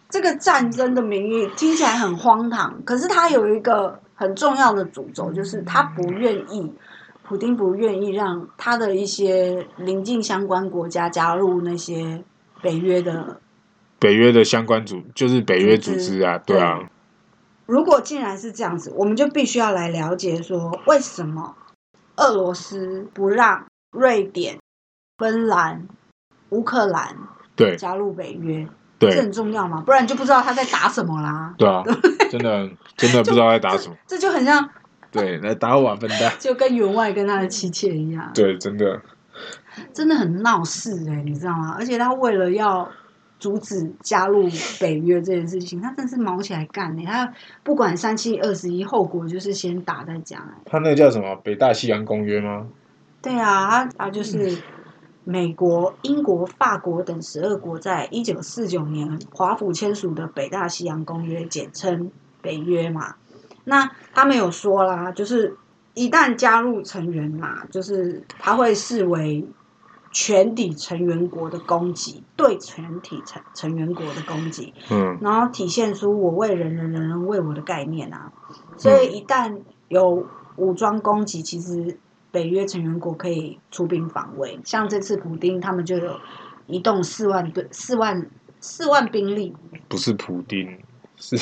[SPEAKER 1] 这个战争的名义听起来很荒唐，可是它有一个很重要的主轴，就是他不愿意，普丁不愿意让他的一些邻近相关国家加入那些北约的。
[SPEAKER 2] 北约的相关组就是北约组织啊，
[SPEAKER 1] 组织
[SPEAKER 2] 对啊，
[SPEAKER 1] 如果既然是这样子，我们就必须要来了解说，为什么俄罗斯不让瑞典、芬兰、乌克兰
[SPEAKER 2] 对
[SPEAKER 1] 加入北约，这
[SPEAKER 2] 对
[SPEAKER 1] 很重要嘛，不然就不知道他在打什么啦。
[SPEAKER 2] 对啊， 真的真的不知道在打什么，
[SPEAKER 1] 这就很像，
[SPEAKER 2] 对，来打我啊，笨蛋，
[SPEAKER 1] 就跟员外跟他的妻妾一样，
[SPEAKER 2] 对，真的，
[SPEAKER 1] 真的很闹事哎、你知道吗？而且他为了要阻止加入北约这件事情，他真是毛起来干呢、欸他不管三七二十一，后果就是先打再讲哎、
[SPEAKER 2] 他那个叫什么北大西洋公约吗？
[SPEAKER 1] 对啊，他他就是美国、英国、法国等十二国在一九四九年华府签署的《北大西洋公约》，简称北约嘛。那他们有说啦，就是一旦加入成员嘛，就是他会视为全体成员国的攻击，对全体成成员国的攻击。
[SPEAKER 2] 嗯，
[SPEAKER 1] 然后体现出我为人人，人人为我的概念啊。所
[SPEAKER 2] 嗯
[SPEAKER 1] 以一旦有武装攻击，其实北约成员国可以出兵防卫。像这次普丁他们就有移动四万队、四万四万兵力。
[SPEAKER 2] 不是普丁，是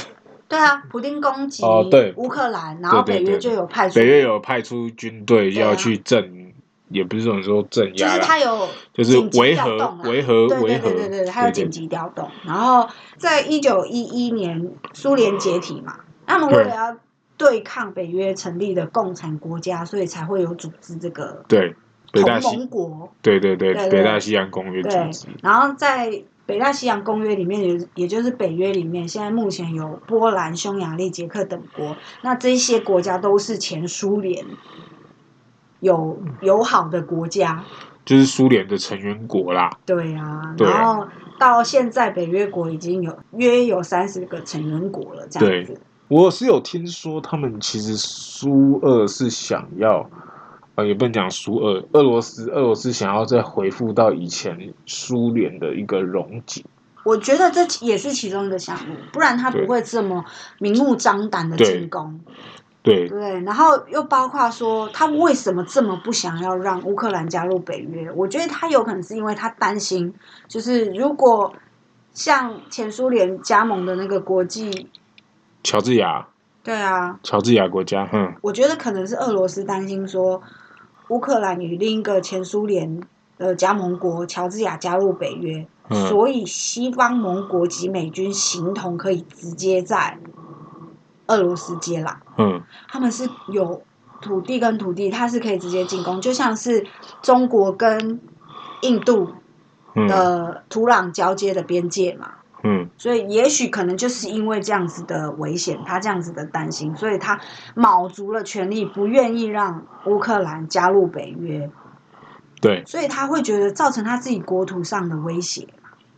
[SPEAKER 1] 对啊，普丁攻击
[SPEAKER 2] 哦对
[SPEAKER 1] 乌克兰，然后
[SPEAKER 2] 对
[SPEAKER 1] 北
[SPEAKER 2] 对
[SPEAKER 1] 约
[SPEAKER 2] 对
[SPEAKER 1] 就有派出，
[SPEAKER 2] 北约有派出军队
[SPEAKER 1] 对啊
[SPEAKER 2] 要去镇，也不是说说镇
[SPEAKER 1] 就
[SPEAKER 2] 压
[SPEAKER 1] 是他
[SPEAKER 2] 啦，
[SPEAKER 1] 有
[SPEAKER 2] 就是
[SPEAKER 1] 紧急
[SPEAKER 2] 维
[SPEAKER 1] 调
[SPEAKER 2] 和
[SPEAKER 1] 动啊
[SPEAKER 2] 维和
[SPEAKER 1] 对
[SPEAKER 2] 维
[SPEAKER 1] 对
[SPEAKER 2] 和，
[SPEAKER 1] 对对对，还有紧急调动。然后在一九一一年苏联解体嘛，他们为了要对抗北约成立的共产国家，所以才会有组织这个
[SPEAKER 2] 对北大
[SPEAKER 1] 同
[SPEAKER 2] 西
[SPEAKER 1] 盟国。
[SPEAKER 2] 对对对
[SPEAKER 1] 对对
[SPEAKER 2] 北大西洋公约组
[SPEAKER 1] 对
[SPEAKER 2] 织，
[SPEAKER 1] 然后在北大西洋公约里面，也也就是北约里面，现在目前有波兰、匈牙利、捷克等国，那这些国家都是前苏联有友好的国家。
[SPEAKER 2] 就是苏联的成员国啦，
[SPEAKER 1] 对啊，
[SPEAKER 2] 对啊
[SPEAKER 1] 然后到现在北约国已经有约有三十个成员国了，这样子。
[SPEAKER 2] 我是有听说，他们其实苏俄是想要，呃，也不能讲苏俄，俄罗斯，俄罗斯想要再回复到以前苏联的一个荣景。
[SPEAKER 1] 我觉得这也是其中一个项目，不然他不
[SPEAKER 2] 对
[SPEAKER 1] 会这么明目张胆的进攻。
[SPEAKER 2] 对
[SPEAKER 1] 对，然后又包括说他为什么这么不想要让乌克兰加入北约？我觉得他有可能是因为他担心，就是如果像前苏联加盟的那个国际，
[SPEAKER 2] 乔治亚，
[SPEAKER 1] 对啊，
[SPEAKER 2] 乔治亚国家，哼、
[SPEAKER 1] 我觉得可能是俄罗斯担心说，乌克兰与另一个前苏联的加盟国乔治亚加入北约，
[SPEAKER 2] 嗯
[SPEAKER 1] 所以西方盟国及美军形同可以直接在俄罗斯接壤。
[SPEAKER 2] 嗯，
[SPEAKER 1] 他们是有土地跟土地，它是可以直接进攻，就像是中国跟印度
[SPEAKER 2] 嗯
[SPEAKER 1] 的土壤交接的边界嘛。
[SPEAKER 2] 嗯，
[SPEAKER 1] 所以也许可能就是因为这样子的危险，他这样子的担心，所以他卯足了全力，不愿意让乌克兰加入北约，
[SPEAKER 2] 对
[SPEAKER 1] 所以他会觉得造成他自己国土上的威胁。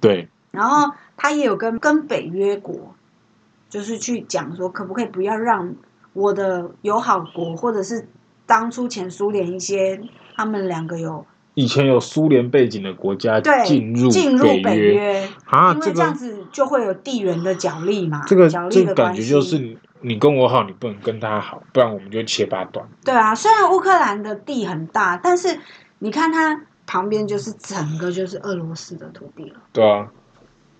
[SPEAKER 2] 对
[SPEAKER 1] 然后他也有跟跟北约国，就是去讲说，可不可以不要让我的友好国或者是当初前苏联一些他们两个有
[SPEAKER 2] 以前有苏联背景的国家
[SPEAKER 1] 对
[SPEAKER 2] 进入
[SPEAKER 1] 进入
[SPEAKER 2] 北约
[SPEAKER 1] 约，
[SPEAKER 2] 啊，
[SPEAKER 1] 因
[SPEAKER 2] 这
[SPEAKER 1] 为这样
[SPEAKER 2] 个
[SPEAKER 1] 子就会有地缘的角力嘛，
[SPEAKER 2] 这个
[SPEAKER 1] 角
[SPEAKER 2] 这
[SPEAKER 1] 力
[SPEAKER 2] 个
[SPEAKER 1] 的
[SPEAKER 2] 感
[SPEAKER 1] 关系
[SPEAKER 2] 觉就是你你跟我好，你不能跟他好，不然我们就切八段。
[SPEAKER 1] 对啊，虽然乌克兰的地很大，但是你看它旁边就是整个就是俄罗斯的土地了。
[SPEAKER 2] 对啊，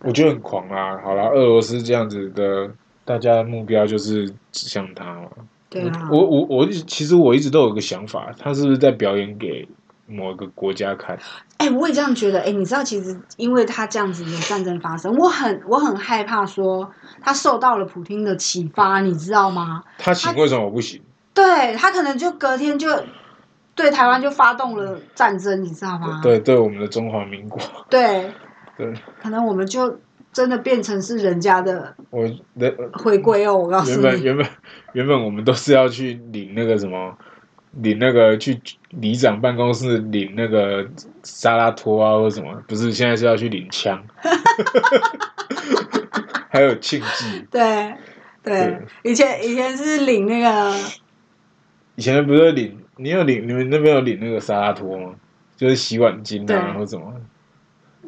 [SPEAKER 2] 我觉得很狂啊！好啦，俄罗斯这样子的，大家的目标就是指向他嘛。
[SPEAKER 1] 对啊，
[SPEAKER 2] 嗯我我我一直其实我一直都有个想法，他是不是在表演给某个国家看？
[SPEAKER 1] 哎、我也这样觉得。哎、你知道，其实因为他这样子有战争发生，我很我很害怕说他受到了普京的启发，你知道吗？
[SPEAKER 2] 他行为什么我不行？
[SPEAKER 1] 对他可能就隔天就对台湾就发动了战争，你知道吗？
[SPEAKER 2] 对对，我们的中华民国，
[SPEAKER 1] 对
[SPEAKER 2] 对
[SPEAKER 1] 可能我们就真的变成是人家的
[SPEAKER 2] 我的
[SPEAKER 1] 回归哦。我告诉
[SPEAKER 2] 原本
[SPEAKER 1] 你，
[SPEAKER 2] 原本原本我们都是要去领那个什么，领那个去里长办公室领那个沙拉托啊或什么，不是现在是要去领枪， 还有庆忌。
[SPEAKER 1] 对对，以前以前是领那个
[SPEAKER 2] 以前不是领，你有领你们那边有领那个沙拉托吗？就是洗碗巾
[SPEAKER 1] 对
[SPEAKER 2] 啊，或什么，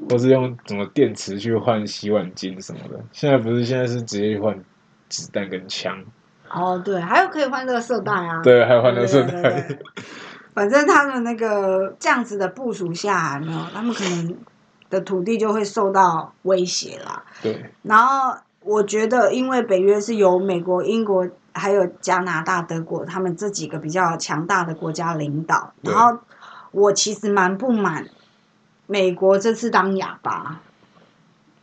[SPEAKER 2] 或是用什么电池去换洗碗巾什么的。现在不是现在是直接去换子弹跟枪，
[SPEAKER 1] 哦，对，还有可以换垃圾袋啊。
[SPEAKER 2] 对，还有换
[SPEAKER 1] 对
[SPEAKER 2] 热射
[SPEAKER 1] 对
[SPEAKER 2] 弹。
[SPEAKER 1] 对对反正他们那个这样子的部署下，没有，他们可能的土地就会受到威胁啦。
[SPEAKER 2] 对，
[SPEAKER 1] 然后我觉得，因为北约是由美国、英国还有加拿大、德国他们这几个比较强大的国家领导，
[SPEAKER 2] 对
[SPEAKER 1] 然后我其实蛮不满美国这次当哑巴。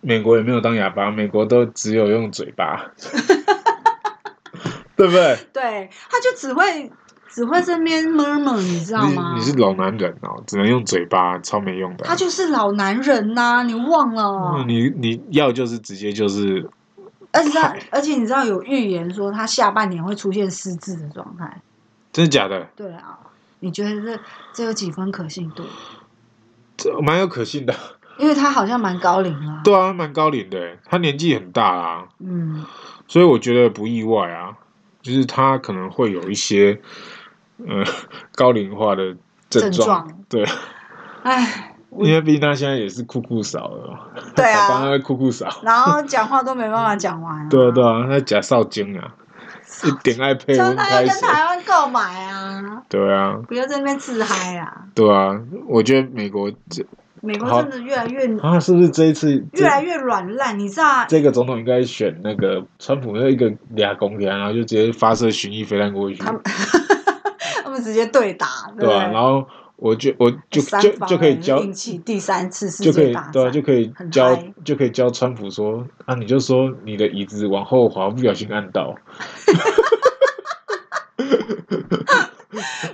[SPEAKER 2] 美国也没有当哑巴，美国都只有用嘴巴， 对不对？
[SPEAKER 1] 对，他就只会只会这边 murmur，你知道吗？
[SPEAKER 2] 你你是老男人哦，只能用嘴巴，超没用的。
[SPEAKER 1] 他就是老男人呐、你忘了哦？
[SPEAKER 2] 嗯你你要就是直接就是
[SPEAKER 1] 而且知道，而且你知道有预言说他下半年会出现失智的状态。
[SPEAKER 2] 真的假的，
[SPEAKER 1] 对啊，你觉得这这有几分可信度？
[SPEAKER 2] 这蛮有可信的。
[SPEAKER 1] 因为他好像蛮高龄了。
[SPEAKER 2] 对啊，蛮高龄的，他年纪很大啦，
[SPEAKER 1] 嗯，
[SPEAKER 2] 所以我觉得不意外啊，就是他可能会有一些呃 高龄化的症
[SPEAKER 1] 症
[SPEAKER 2] 状，
[SPEAKER 1] 状
[SPEAKER 2] 对，
[SPEAKER 1] 唉，我
[SPEAKER 2] 因为毕竟他现在也是酷酷嫂了，
[SPEAKER 1] 对
[SPEAKER 2] 我帮
[SPEAKER 1] 啊，
[SPEAKER 2] 他酷酷嫂，
[SPEAKER 1] 然后讲话都没办法讲完、啊。
[SPEAKER 2] 对啊对啊，他假少精啊，一点爱配
[SPEAKER 1] 真
[SPEAKER 2] 温
[SPEAKER 1] 的要
[SPEAKER 2] 开
[SPEAKER 1] 跟
[SPEAKER 2] 始，
[SPEAKER 1] 台湾购买啊，
[SPEAKER 2] 对啊
[SPEAKER 1] 不要在那边自嗨啊！
[SPEAKER 2] 对啊，我觉得美国这
[SPEAKER 1] 美国
[SPEAKER 2] 好
[SPEAKER 1] 真的越来越
[SPEAKER 2] 啊是不是这一次
[SPEAKER 1] 越
[SPEAKER 2] 这
[SPEAKER 1] 来越软烂，你知道啊？
[SPEAKER 2] 这个总统应该选那个川普那一个俩公给他，然后就直接发射巡弋飞弹过去，
[SPEAKER 1] 他们他们直接对打，对不
[SPEAKER 2] 对吧、然后我就我就
[SPEAKER 1] 三
[SPEAKER 2] 就
[SPEAKER 1] 方
[SPEAKER 2] 就可以
[SPEAKER 1] 人
[SPEAKER 2] 教，
[SPEAKER 1] 引起第三次世
[SPEAKER 2] 就可
[SPEAKER 1] 界
[SPEAKER 2] 以
[SPEAKER 1] 大战，
[SPEAKER 2] 对、啊，就可以
[SPEAKER 1] 很
[SPEAKER 2] 教
[SPEAKER 1] 嗨
[SPEAKER 2] 就可以教川普说啊，你就说你的椅子往后滑，不小心按到，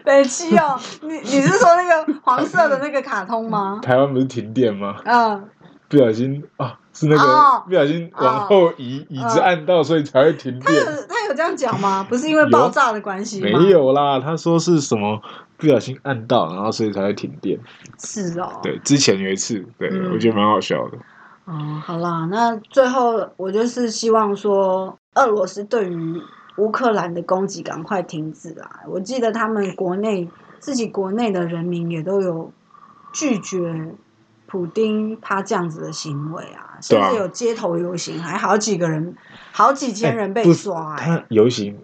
[SPEAKER 1] 北七哦，你你是说那个黄色的那个卡通吗？
[SPEAKER 2] 台湾不是停电吗？
[SPEAKER 1] 嗯，
[SPEAKER 2] 不小心啊，是那个、
[SPEAKER 1] 哦呃
[SPEAKER 2] 不小心往后移、椅子按到，所以才会停
[SPEAKER 1] 他
[SPEAKER 2] 电。
[SPEAKER 1] 有他有这样讲吗？不是因为爆炸的关系
[SPEAKER 2] 没
[SPEAKER 1] 吗？，
[SPEAKER 2] 有啦，他说是什么不小心按到，然后所以才会停电。
[SPEAKER 1] 是哦。
[SPEAKER 2] 对，之前有一次，对、
[SPEAKER 1] 嗯
[SPEAKER 2] 我觉得蛮好笑的。
[SPEAKER 1] 哦，好啦，那最后我就是希望说，俄罗斯对于乌克兰的攻击赶快停止啊！我记得他们国内自己国内的人民也都有拒绝普丁他这样子的行为啊，甚
[SPEAKER 2] 对啊
[SPEAKER 1] 至有街头游行，还好几个人，好几千人被
[SPEAKER 2] 哎不是
[SPEAKER 1] 抓、欸。
[SPEAKER 2] 他游行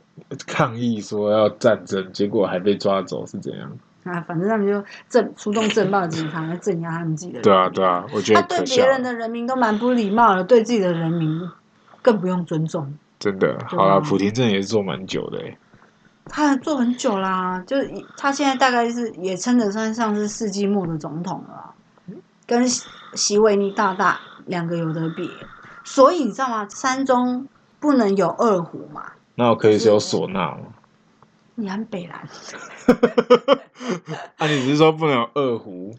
[SPEAKER 2] 抗议说要战争，结果还被抓走，是怎样？
[SPEAKER 1] 啊，反正他们就镇出动镇暴警察来镇压他们自己的人。
[SPEAKER 2] 对啊，对啊，我觉
[SPEAKER 1] 他
[SPEAKER 2] 得
[SPEAKER 1] 对
[SPEAKER 2] 可
[SPEAKER 1] 别
[SPEAKER 2] 笑
[SPEAKER 1] 人
[SPEAKER 2] 了，
[SPEAKER 1] 的人民都蛮不礼貌的，对自己的人民更不用尊重。
[SPEAKER 2] 真的。好啦，
[SPEAKER 1] 啊
[SPEAKER 2] 普廷真的也是做蛮久的、欸，
[SPEAKER 1] 他做很久啦，就是以他现在大概是也称得上上是世纪末的总统了啊，跟席席维尼大大两个有得比。所以你知道吗？山中不能有二虎嘛，
[SPEAKER 2] 那我可以是有唢呐吗？
[SPEAKER 1] 你很北蓝。
[SPEAKER 2] 啊，你只是说不能有二胡？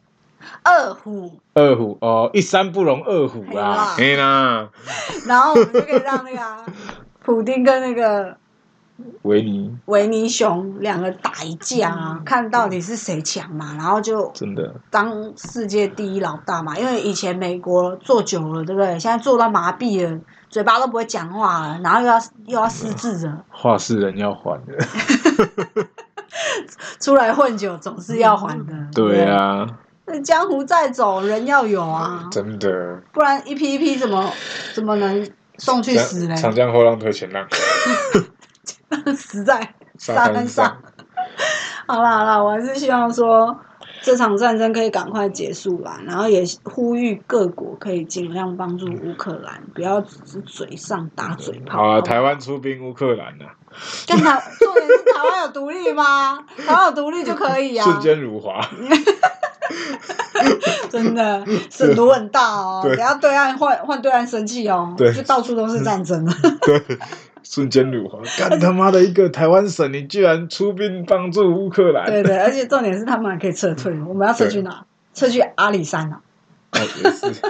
[SPEAKER 1] 二虎，
[SPEAKER 2] 二胡哦，一山不容二啊虎啦，
[SPEAKER 1] 嘿
[SPEAKER 2] 嘿啦，
[SPEAKER 1] 然后我们就可以让那个啊、 普丁跟那个
[SPEAKER 2] 维尼
[SPEAKER 1] 维尼熊两个打一架啊，看到底是谁强嘛，然后就
[SPEAKER 2] 真的
[SPEAKER 1] 当世界第一老大嘛。因为以前美国做久了，对不对？现在做到麻痹了，嘴巴都不会讲话了，然后又要又要失智了，
[SPEAKER 2] 话事人要还的，
[SPEAKER 1] 出来混酒总是要还的。
[SPEAKER 2] 对啊，
[SPEAKER 1] 不对，那江湖再走，人要有啊，
[SPEAKER 2] 真的。
[SPEAKER 1] 不然一批一批怎么怎么能送去死嘞？
[SPEAKER 2] 长江后浪推前浪，
[SPEAKER 1] 实在沙
[SPEAKER 2] 沙滩
[SPEAKER 1] 滩上。 好啦好啦，我还是希望说这场战争可以赶快结束啦，然后也呼吁各国可以尽量帮助乌克兰，不要只是嘴上打嘴炮。
[SPEAKER 2] 好了，
[SPEAKER 1] 好
[SPEAKER 2] 啊台湾出兵乌克兰啊呐、
[SPEAKER 1] 跟台 重点是台湾有独立 吗？台湾有独立就可以啊，
[SPEAKER 2] 瞬间如华。
[SPEAKER 1] 真 的省毒很大哦。
[SPEAKER 2] 对
[SPEAKER 1] 等下对岸换换对岸生气哦，
[SPEAKER 2] 对
[SPEAKER 1] 就到处都是战争 了。
[SPEAKER 2] 对，瞬间辱华！干他妈的一个台湾省，你居然出兵帮助乌克兰，
[SPEAKER 1] 对对，而且重点是他们还可以撤退，哦我们要撤去哪？撤去阿里山啊！
[SPEAKER 2] 啊也是。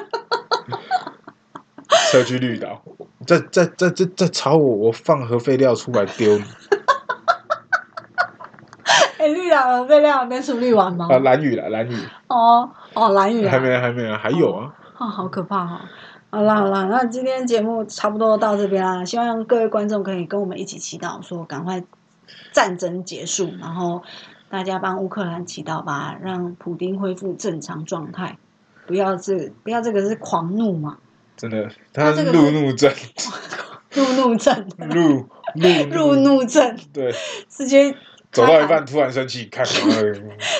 [SPEAKER 2] 撤去绿岛，再再再再再吵我，我放核废料出来丢你啊
[SPEAKER 1] 哎，绿岛的废料能处理完吗
[SPEAKER 2] 啊！？蓝雨啦，蓝雨
[SPEAKER 1] 哦哦，蓝雨
[SPEAKER 2] 还
[SPEAKER 1] 啊，
[SPEAKER 2] 没还没啊，还有啊，
[SPEAKER 1] 哦，好可怕哦。好啦好啦，那今天节目差不多到这边啦，希望各位观众可以跟我们一起祈祷，说赶快战争结束，然后大家帮乌克兰祈祷吧，让普丁恢复正常状态，不要这不要这个是狂怒嘛，
[SPEAKER 2] 真的，他
[SPEAKER 1] 这个
[SPEAKER 2] 路怒症，
[SPEAKER 1] 路怒症，
[SPEAKER 2] 路路
[SPEAKER 1] 路，怒症，
[SPEAKER 2] 对，
[SPEAKER 1] 直接
[SPEAKER 2] 走到一
[SPEAKER 1] 开
[SPEAKER 2] 半突然生气，看，哎
[SPEAKER 1] 打，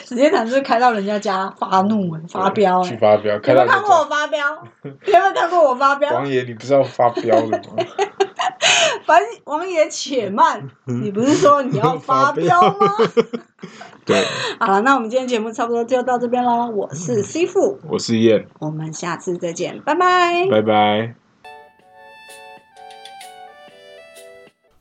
[SPEAKER 1] 直接坦是开到人家家发怒哎，发飙
[SPEAKER 2] 去
[SPEAKER 1] 哎，
[SPEAKER 2] 发飙，
[SPEAKER 1] 有
[SPEAKER 2] 看
[SPEAKER 1] 没
[SPEAKER 2] 到
[SPEAKER 1] 有看过我发飙？有没有看过我发飙？
[SPEAKER 2] 王爷，你不是要发飙了吗？
[SPEAKER 1] 反正王爷且慢，你不是说你要发飙吗？
[SPEAKER 2] 对，
[SPEAKER 1] 好了，那我们今天节目差不多就到这边喽。我是 C 父，
[SPEAKER 2] 我是燕，
[SPEAKER 1] 我们下次再见，拜拜。
[SPEAKER 2] 拜拜。